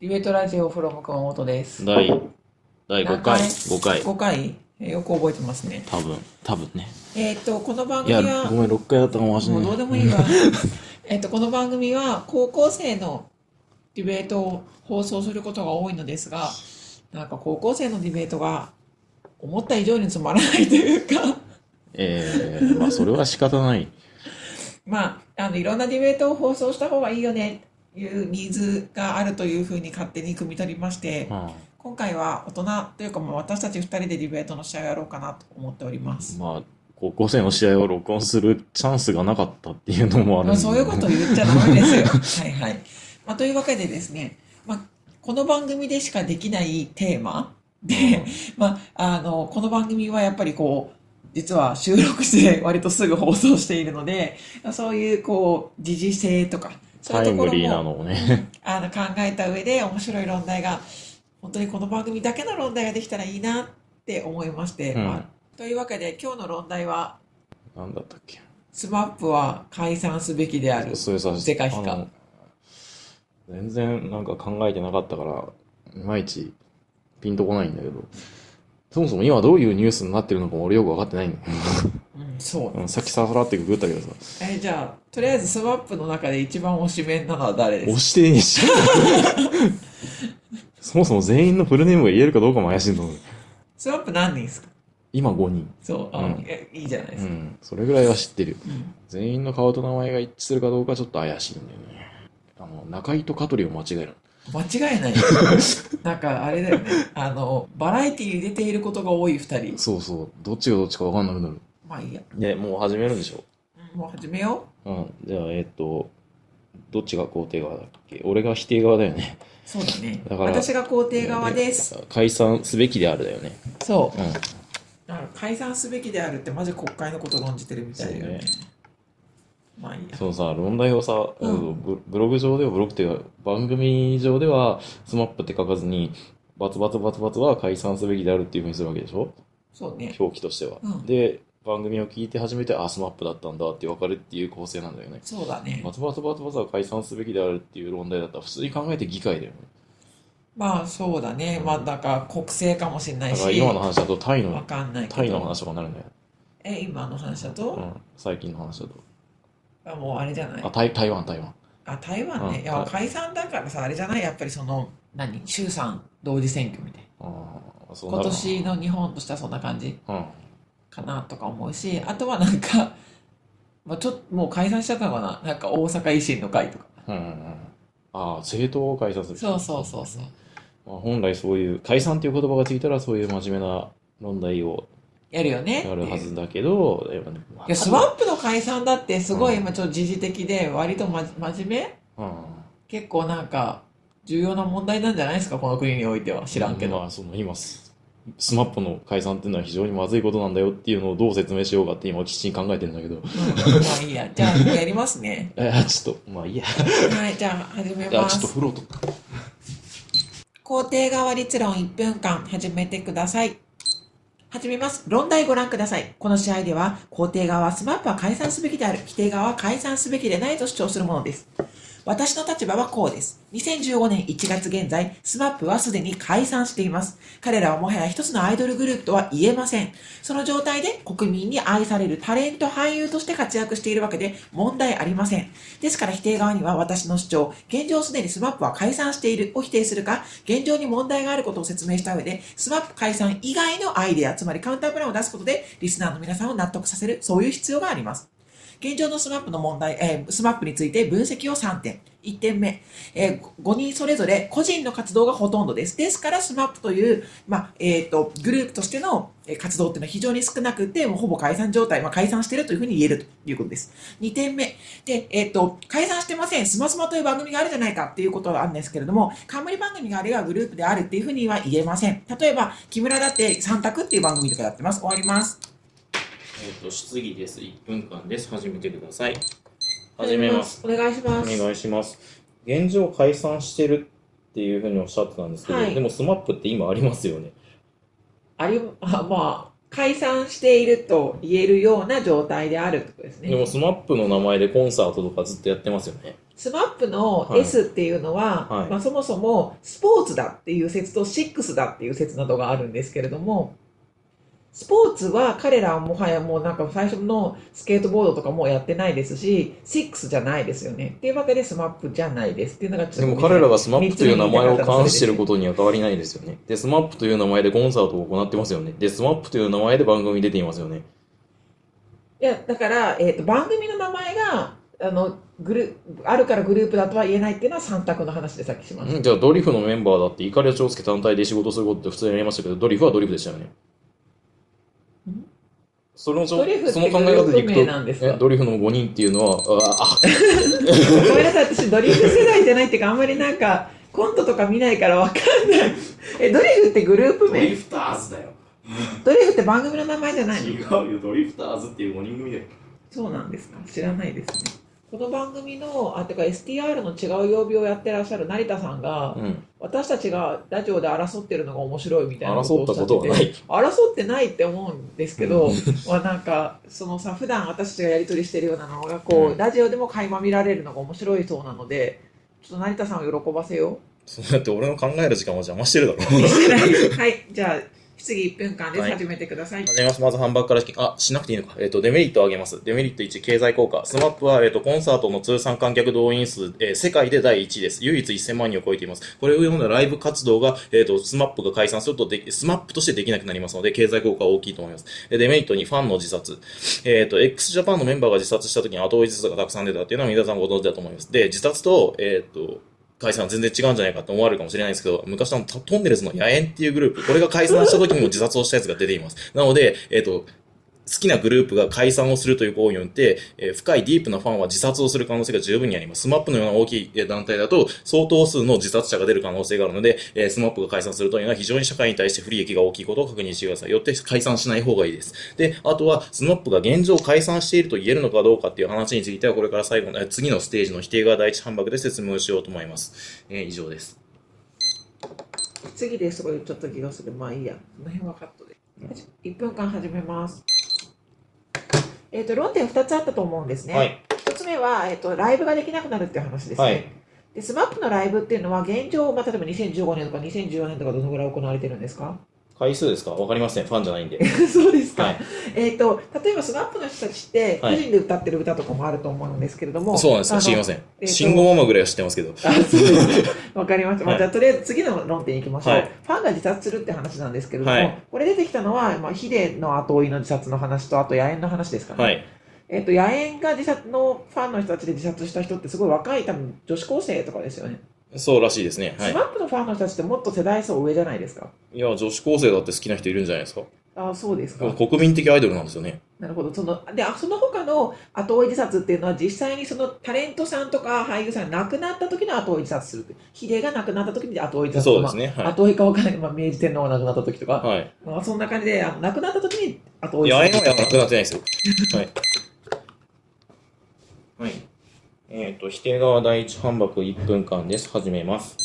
ディベートラジオフロム熊本です。第、第5回、何5回、 5回えーよく覚えてますね。多分、多分ね。えっ、と、この番い組や、は、ごめん、6回だったかもしれもなうい。どうでも いいわ。えっと、この番組は、高校生のディベートを放送することが多いのですが、なんか高校生のディベートが、思った以上につまらないというか、 えー、まあ、それは仕方ない。まあ、あの、いろんなディベートを放送した方がいいよね、いうニーズがあるというふうに勝手に汲み取りまして、ま今回は大人というか、まあ、私たち2人でディベートの試合をやろうかなと思っておりますあ、。まあ、高校生の試合を録音するチャンスがなかったっていうのもあるまんあ、でそういうこと言っちゃダメ ですよ。はいはい。まあ、というわけでですね、まあ、この番組でしかできないテーマで、まあ、あの、この番組はやっぱりこう、実は収録して割とすぐ放送しているので、そういうこう、時事性とか、そうタいうとイこムろリーなものをね。あの考えた上で面白い論題が本当にこの番組だけの論題ができたらいいなって思いまして、うんまあというわけで今日の論題はなんだったっけ。 「SMAP は解散すべきである」それさ、世界史かあの全然なんか考えてなかったから、いまいちピンとこないんだけど。そもそも今どういうニュースになってるのか俺よく分かってないんだようん、そううんさっきさらってググったけどさ、えじゃあとりあえず SMAP の中で一番推しメンなのは誰で押すしてねえし。そもそも全員のフルネームが言えるかどうかも怪しいの。 SMAP 何人ですか今5人。そうあ、うんえいいじゃないでうすか、ん。それぐらいは知ってる。うん全員の顔と名前が一致するかどうかちょっと怪しいんだよね。あの、中井と香取を間違える。間違 いないなんかあれだよねあのバラエティに出ていることが多い2人そうそう。どっちがどっちか分かんなくなる。まあいいやで、もう始めるんでしょうんもう始めよううん。じゃあ、えっと、どっちが肯定側だっけ俺が否定側だよね。そうだねだから私が肯定側です、。解散すべきであるだよね。そううん。だから解散すべきであるってマジ国会のこと論じてるみたいだよね。そうまあいいや。そのさ、論題をさ、うんあのブブログ上では、ブログっていうか、番組上では、スマップって書かずに、バツバツバツバツは解散すべきであるっていうふうにするわけでしょそうね。表記としては。うんで、番組を聞いて初めて、あ、スマップだったんだって分かるっていう構成なんだよね。そうだねバ。ツバツバツバツは解散すべきであるっていう論題だったら、普通に考えて議会だよね。まあそうだね。まあだから国政かもしれなだいからし、今の話だとタイわの、かんないタけイのど。話とかになるんだよ。え、今の話だうと、ん、最近の話だと。あもうあれじゃないあ、。台台湾、台湾。あ、台湾うね。んいや、解散だからさ、あれじゃないやっぱりその、何衆参同時選挙みたいな。ああ、そうな今るな年の日本としてはそんな感じうん。かなとか思うし、あとはなんか、まあちょっともう解散しちゃったのかな。なんか大阪維新の会とか。うんうんうん。ああ、政党を解散する。そうそうそうそう。まあ、本来そういう解散という言葉がついたらそういう真面目な問題をやるよね。やるはずだけど、やっぱねいや、スワわップの解散だってすごいうん今ちょっと時事的で、割とまじ真面目うん結構なんか、重要な問題なんじゃないですか、この国においては。知らんけど。まあその今ススマップの解散っていうのは非常にまずいことなんだよっていうのをどう説明しようかって今きちん考えてるんだけ ど。うんまあいいや。じゃあ、やりますね えーちょっとまあいいやはい、じゃあ、始めいやまちょっとす。風呂とか肯定側立論1分間、始めてください。始めます。論題ご覧ください。この試合では、肯定側はスマップは解散すべきである、否定側は解散すべきでないと主張するものです。私の立場はこうです。2015年1月現在、スマップはすでに解散しています。彼らはもはや一つのアイドルグループとは言えません。その状態で国民に愛されるタレント俳優として活躍しているわけで問題ありません。ですから否定側には私の主張、現状すでにスマップは解散しているを否定するか、現状に問題があることを説明した上で、スマップ解散以外のアイデア、つまりカウンタープランを出すことで、リスナーの皆さんを納得させる、そういう必要があります。現状のスマップの問題、えースマップについて分析を3点。1点目、え5人それぞれ個人の活動がほとんどです。ですから、スマップという、まあえー、とグループとしてのえー活動っていうのは非常に少なくて、もうほぼ解散状態、まあ、解散しているというふうに言えるということです。2点目、で、えっ、と、解散してません、スマスマという番組があるじゃないかっていうことなんですけれども、冠番組があるいはグループであるっていうふうには言えません。例えば、木村だって三択っていう番組とかやってます。終わります。えっ、と質疑です1分間です始めてくださいお願いしまおす。願いします。現状解散してるっていうふうにおっしゃってたんですけど、はいでもスマップって今ありますよね。あり、 あまあ、解散していると言えるような状態であるってことですでね。もスマップの名前でコンサートとかずっとやってますよね。スマップのはい S っていうのは、はいまあ、そもそもスポーツだっていう説と6だっていう説などがあるんですけれどもスポーツは彼らはもはやもうなんか最初のスケートボードとかもうやってないですし6じゃないですよねっていうわけでスマップじゃないですっていうのがちでょっとも彼らはスマップという名前を冠しているとことには変わりないですよね。で、スマップという名前でコンサートを行ってますよね。で、スマップという名前で番組に出ていますよね。いやだから、えー、と番組の名前があのグルあるからグループだとは言えないっていうのは3択の話でさっきしましたうんじゃあドリフのメンバーだって、イカリア長介単体で仕事することって普通にありましたけど、ドリフはドリフでしたよねん。それのちょドリフってその考え方でグルいープく名なんですと、かえドリフの5人っていうのは、ああ、ごめんなさい、私ドリフ世代じゃないっていうか、あんまりなんか、コントとか見ないからわかん ない。え、ドリフってグループドリ名フターズだよドリフって番組の名前じゃないの違うよドリフターズっていう5人組だよそうなんですか知らないですね。この番組の、あ、てか STR の違う曜日をやってらっしゃる成田さんが、うん。私たちがラジオで争ってるのが面白いみたいな争ったことは ない。争ってないって思うんですけど、まあなんかそのさ普段私たちがやり取りしてるようなのがこう、うんラジオでも垣間見られるのが面白いそうなのでちょっと成田さんを喜ばせようそうやって俺の考える時間を邪魔してるだろ。 はい、じゃあ、質疑1分間です。はい始めてください。始めます。まず販売からし、あ、しなくていいのか。えっ、と、デメリットを挙げます。デメリット1、経済効果。スマップは、えっ、と、コンサートの通算観客動員数、えー世界で第1位です。唯一1000万人を超えています。これを読んだライブ活動が、えっ、と、スマップが解散するとで、スマップとしてできなくなりますので、経済効果は大きいと思います。えーデメリット2、ファンの自殺。えっ、と、x ジャパンのメンバーが自殺した時に後追い自殺がたくさん出たっていうのは皆さんご存知だと思います。で、自殺と、えっ、と、解散は全然違うんじゃないかと思われるかもしれないですけど、昔のトンネルズの野縁っていうグループ、これが解散した時にも自殺をしたやつが出ています。なので、えっ、と、好きなグループが解散をするという行為によって、えー深いディープなファンは自殺をする可能性が十分にあります。スマップのような大きいえー団体だと、相当数の自殺者が出る可能性があるので、えースマップが解散するというのは非常に社会に対して不利益が大きいことを確認してください。よって解散しない方がいいです。で、あとは、スマップが現状解散していると言えるのかどうかっていう話については、これから最後の、えー次のステージの否定が第一反駁で説明をしようと思います。えー以上です。次ですごい言っちゃった気がする。まあいいや。この辺はカットで。1分間始めます。えっ、と、論点2つあったと思うんですね。はい。 1つ目は、えっ、と、ライブができなくなるっていう話ですね。はいで、スマップのライブっていうのは、現状、まあ、例えば2015年とか2014年とかどのぐらい行われてるんですか 回数ですかわかりません。ファンじゃないんで。そうですか。はい。えっ、と、例えばスマップの人たちって、個はい人で歌ってる歌とかもあると思うんですけれども、そうなんですあよ。の知りません。と慎吾ママぐらいは知ってますけど。あそうですか わかりました、まあはいじゃあとりあえず次の論点いきましょう、はいファンが自殺するって話なんですけれども、はいこれ出てきたのは、まあ、ヒデの後追いの自殺の話とあと野猿の話ですかね、はい。えっと野猿が自殺のファンの人たちで自殺した人ってすごい若い多分女子高生とかですよね、そうらしいですね。はスマップのファンの人たちってもっと世代層上じゃないですかい。いや、女子高生だって好きな人いるんじゃないですか。あそうですか、国民的アイドルなんですよね。なるほどそのであその他の後追い自殺っていうのは実際にそのタレントさんとか俳優さんが亡くなった時の後追い自殺するってヒデが亡くなった時に後追い自殺そうですね。まあは後追いか分からない、まあ、明治天皇が亡くなった時とかい。、はい。まあ、そんな感じで、あの亡くなった時に、あとおじいや、さあんえのやはなくなってないですよ。はい。はい。えっ、と、否定側第一反駁1分間です。始めます。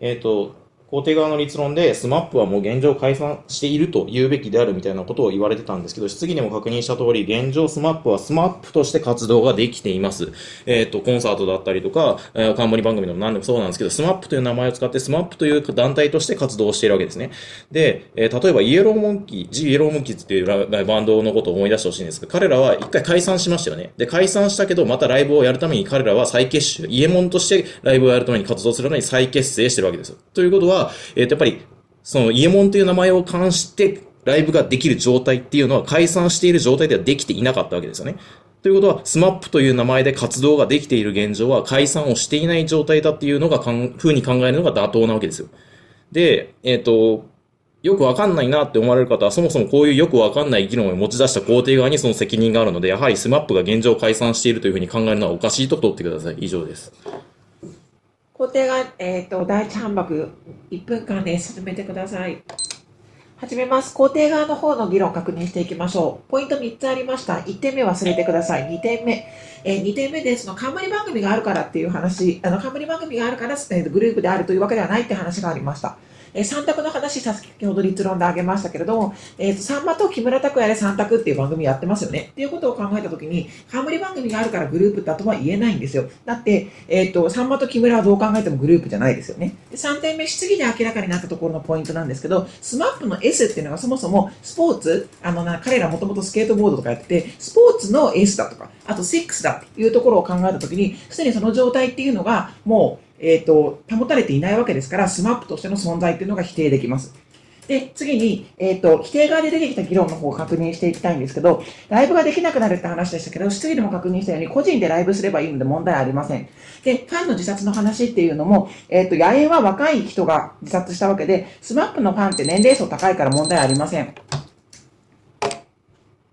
えっ、と、肯定側の立論で、スマップはもう現状解散していると言うべきであるみたいなことを言われてたんですけど、質疑でも確認した通り、現状スマップはスマップとして活動ができています。えっ、と、コンサートだったりとか、えー、冠番組でも何でもそうなんですけど、スマップという名前を使って、スマップという団体として活動をしているわけですね。で、えー例えばイエローモンキー、ジ・イエローモンキーズっていうララバンドのことを思い出してほしいんですけど、彼らは一回解散しましたよね。で、解散したけど、またライブをやるために彼らは再結集、イエモンとしてライブをやるために活動するために再結成してるわけですよ。ということは、えーとやっぱり、そのイエモンという名前を冠して、ライブができる状態っていうのは解散している状態ではできていなかったわけですよね。ということは、スマップという名前で活動ができている現状は解散をしていない状態だっていうのがかん、風に考えるのが妥当なわけですよ。で、えっ、と、よくわかんないなって思われる方は、そもそもこういうよくわかんない議論を持ち出した肯定側にその責任があるので、やはりスマップが現状解散しているというふうに考えるのはおかしいと取ってください。以上です。皇帝が、えっ、と、第一反駁、1分間です。進めてください。始めます。皇帝側の方の議論を確認していきましょう。ポイント3つありました。1点目忘れてください。2点目。えー、2点目で、その冠番組があるからっていう話、あの、冠番組があるから、えーグループであるというわけではないって話がありました。えー三択の話、先ほど立論で挙げましたけれども、えーと、さんまと木村拓哉で三択っていう番組やってますよね。っていうことを考えたときに、冠番組があるからグループだとは言えないんですよ。だって、えーと、さんまと木村はどう考えてもグループじゃないですよね。で3点目、質疑で明らかになったところのポイントなんですけど、スマップの S っていうのがそもそもスポーツ、あのな彼らもともとスケートボードとかやってて、スポーツの S だとか、あと6だっていうところを考えたときに、すでにその状態っていうのがもう、えーと、保たれていないわけですから、スマップとしての存在っていうのが否定できます。で、次に、えっ、と、規定側で出てきた議論の方を確認していきたいんですけど、ライブができなくなるって話でしたけど、質疑でも確認したように、個人でライブすればいいので問題ありません。で、ファンの自殺の話っていうのも、えっ、と、野営は若い人が自殺したわけで、スマップのファンって年齢層高いから問題ありません。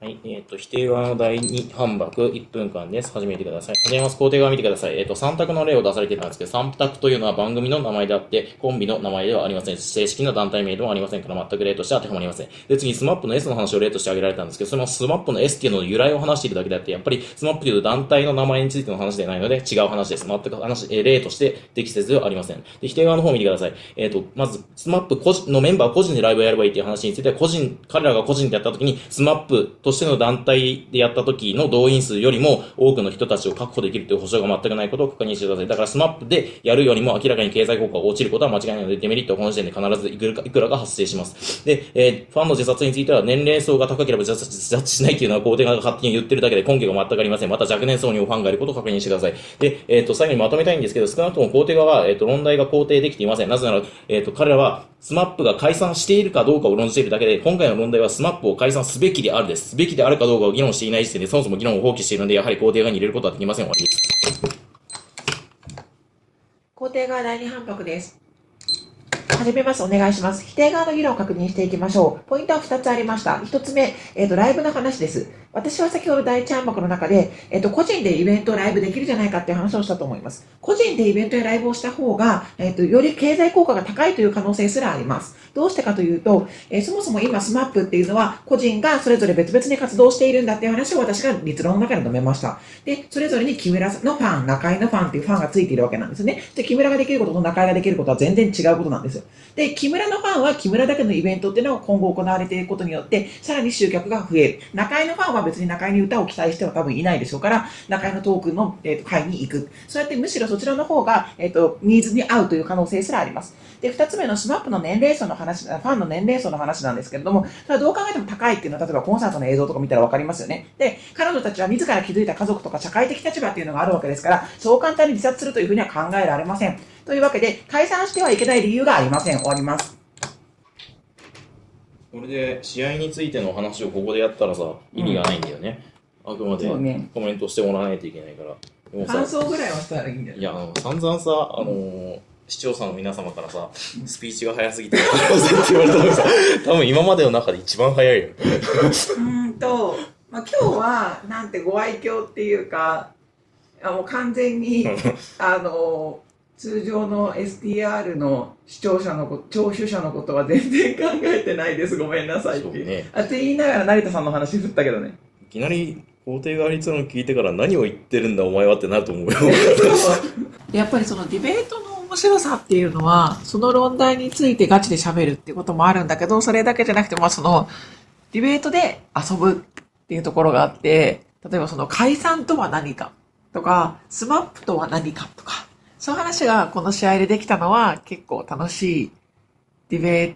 はい、えっ、と、否定側の第2反駁1分間です。始めてください。始めます。肯定側見てください。えっ、と、3択の例を出されてたんですけど、3択というのは番組の名前であって、コンビの名前ではありませんし、正式な団体名でもありませんから、全く例として当てはまりません。で、次、スマップの S の話を例として挙げられたんですけど、それもスマップの S っていうのの由来を話しているだけであって、やっぱりスマップという団体の名前についての話ではないので、違う話です。全く話、えー例として適切ではありません。で、否定側の方を見てください。えっ、と、まず、スマップ個人のメンバー個人でライブをやればいいっていう話については、個人、彼らが個人でやった時に、スマップとしての団体でやった時の動員数よりも多くの人たちを確保できるという保証が全くないことを確認してください。だから、スマップでやるよりも明らかに経済効果が落ちることは間違いないので、デメリットはこの時点で必ずいくらかいくらが発生します。で、えーファンの自殺については、年齢層が高ければ自殺自殺しないというのは、肯定側が勝手に言ってるだけで根拠が全くありません。また、若年層にもファンがいることを確認してください。で、えっ、と、最後にまとめたいんですけど、少なくとも肯定側は、えっ、と、論題が肯定できていません。なぜなら、えっ、と、彼らは、スマップが解散しているかどうかを論じているだけで、今回の問題はスマップを解散すべきであるです。すべきであるかどうかを議論していない時点で、そもそも議論を放棄しているので、やはり肯定側に入れることはできません。終わりです。肯定側第二反駁です。始めます。お願いします。否定側の議論を確認していきましょう。ポイントは2つありました。1つ目、えっ、と、ライブの話です。私は先ほど第一反駁の中で、えっ、と、個人でイベントをライブできるじゃないかっていう話をしたと思います。個人でイベントやライブをした方が、えっ、と、より経済効果が高いという可能性すらあります。どうしてかというと、えーそもそも今 SMAP っていうのは、個人がそれぞれ別々に活動しているんだっていう話を私が立論の中で述べました。で、それぞれに木村のファン、中井のファンっていうファンがついているわけなんですね。で、木村ができることと中井ができることは全然違うことなんですよ。で、木村のファンは木村だけのイベントっていうのが今後行われていくことによって、さらに集客が増える。中井のファンは別に中井に歌を期待しては多分いないでしょうから、中井のトークンの、えーと会に行く。そうやってむしろそちらの方が、えっ、と、ニーズに合うという可能性すらあります。で、二つ目のスマップの年齢層の話、ファンの年齢層の話なんですけれども、ただどう考えても高いっていうのは、例えばコンサートの映像とか見たらわかりますよね。で、彼女たちは自ら築いた家族とか社会的立場っていうのがあるわけですから、そう簡単に自殺するというふうには考えられません。というわけで、解散してはいけない理由がありません。終わります。これで試合についての話をここでやったらさ意味がないんだよね、あくまでそうねコメントしてもらわないといけないからでもさ感想ぐらいはしたらいいんだよいね。やあの散々さあのー視聴者の皆様からさ、スピーチが早すぎて、って言われたのが さ、多分今までの中で一番早いよ。うーんと、まあ、今日はなんてご愛嬌っていうかあもう完全に あの通常の STR の視聴者のこ聴取者のことは全然考えてないですごめんなさいってそうねあって言いながら成田さんの話振ったけどねいきなり、肯定側立論聞いてから何を言ってるんだお前はってなると思うよ。やっぱりそのディベートの面白さっていうのはその論題についてガチで喋るってこともあるんだけどそれだけじゃなくてまあそのディベートで遊ぶっていうところがあって、例えばその解散とは何かとか、スマップとは何かとか、そういう話がこの試合でできたのは結構楽しいディベー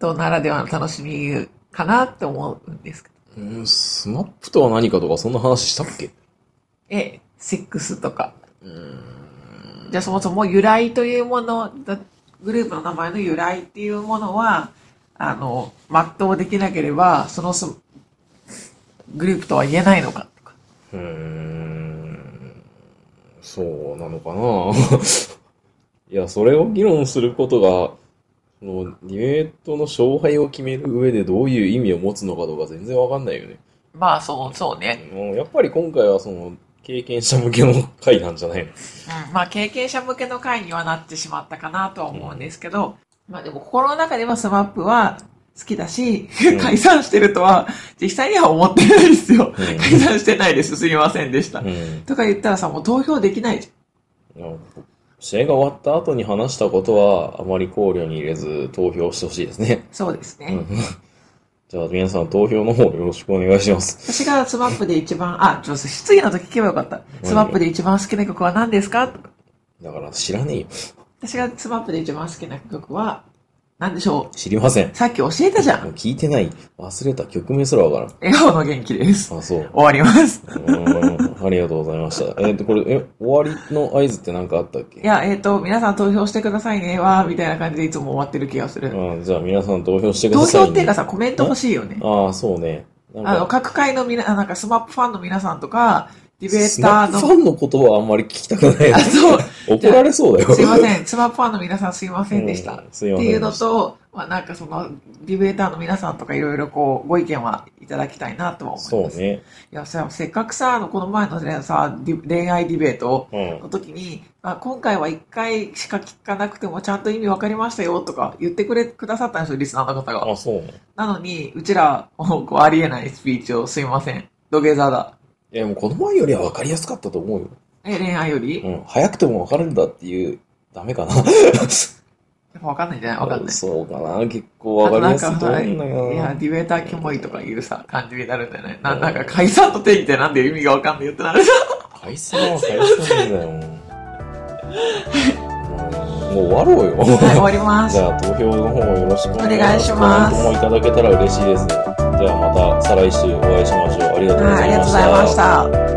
トならではの楽しみかなって思うんですけど。うん、スマップとは何かとかそんな話したっけえ、セックスとか。うん。じゃあそもそも由来というもの、だグループの名前の由来っていうものは、あの、全うできなければ、そのすグループとは言えないのかとか。うーんそうなのかな いや、それを議論することが、そのディベートの勝敗を決める上でどういう意味を持つのかとか全然わかんないよね。まあ、そう、そうね。もうやっぱり今回はその経験者向けの回なんじゃないのうん、まあ経験者向けの会にはなってしまったかなとは思うんですけど、まあでも心の中ではスマップは好きだし、ん解散してるとは実際には思ってないですよ。うん解散してないです。すみませんでした。うんとか言ったらさ、もう投票できないじいや。試合が終わった後に話したことは、あまり考慮に入れず、投票してほしいですね。そうですね。うん じゃあ、皆さん投票の方よろしくお願いします。私がスマップで一番、あ、ちょ、質疑の時聞けばよかった。スマップで一番好きな曲は何ですかとかだから、知らねえよ。私がスマップで一番好きな曲は、何でしょ知りませんう。。さっき教えたじゃ。もうん聞いてない。忘れた曲名すらわか笑顔の元気です。らん。あ、そう。終わります。うーんありがとうございました。えっ、と、これ、え、終わりの合図って何かあったっけいや、えっ、と、皆さん投票してくださいね、わー、みたいな感じでいつも終わってる気がする。あじゃあ、皆さん投票してくだ投さい、ね。票っていうかさ、コメント欲しいよね。ああ、そうね。なんあの、か、各界のみな、あなんかスマップファンの皆さんとか、ディベスータナーップのファンのことはあんまり聞きたくないあ、。そう。怒られそうだよ。すいません。スマップファンの皆さんすいませんでした。うっんすいてまいせうんでのした。と、まあなんかその、ディベーターの皆さんとかいろいろこう、ご意見はいただきたいなとは思います。そう。ね。いや、させっかくさ、あの、この前のねさ、ディ恋愛ディベートうん。の時に、あ、今回は一回しか聞かなくてもちゃんと意味わかりましたよとか言ってくれ、くださったんですよ、リスナーの方が。あ、そうね。なのに、うちら、こうありえないスピーチをすいません。土下座だ。いや、もうこの前よりは分かりやすかったと思うよ。え、恋愛より、うん。早くても分かるんだっていう、ダメかな。やっぱわかんないじゃないわかんない。そうかな。結構分かりやすいと思うんだけいどや、な。ディベーターキモいとかいうさ、感じになるんじゃないな、なんか解散の定義ってなんで意味がわかんないよってなるじゃん。解散は解散だよ。もう終わろ うよ。はい、終わります じ。ゃあ投票の方よろしくおお願いしますコメントもいただけたら嬉しいです。じゃあまた再来週お会いしましょう。ありがとうごはい、ありざいがまとうしございたまし。た。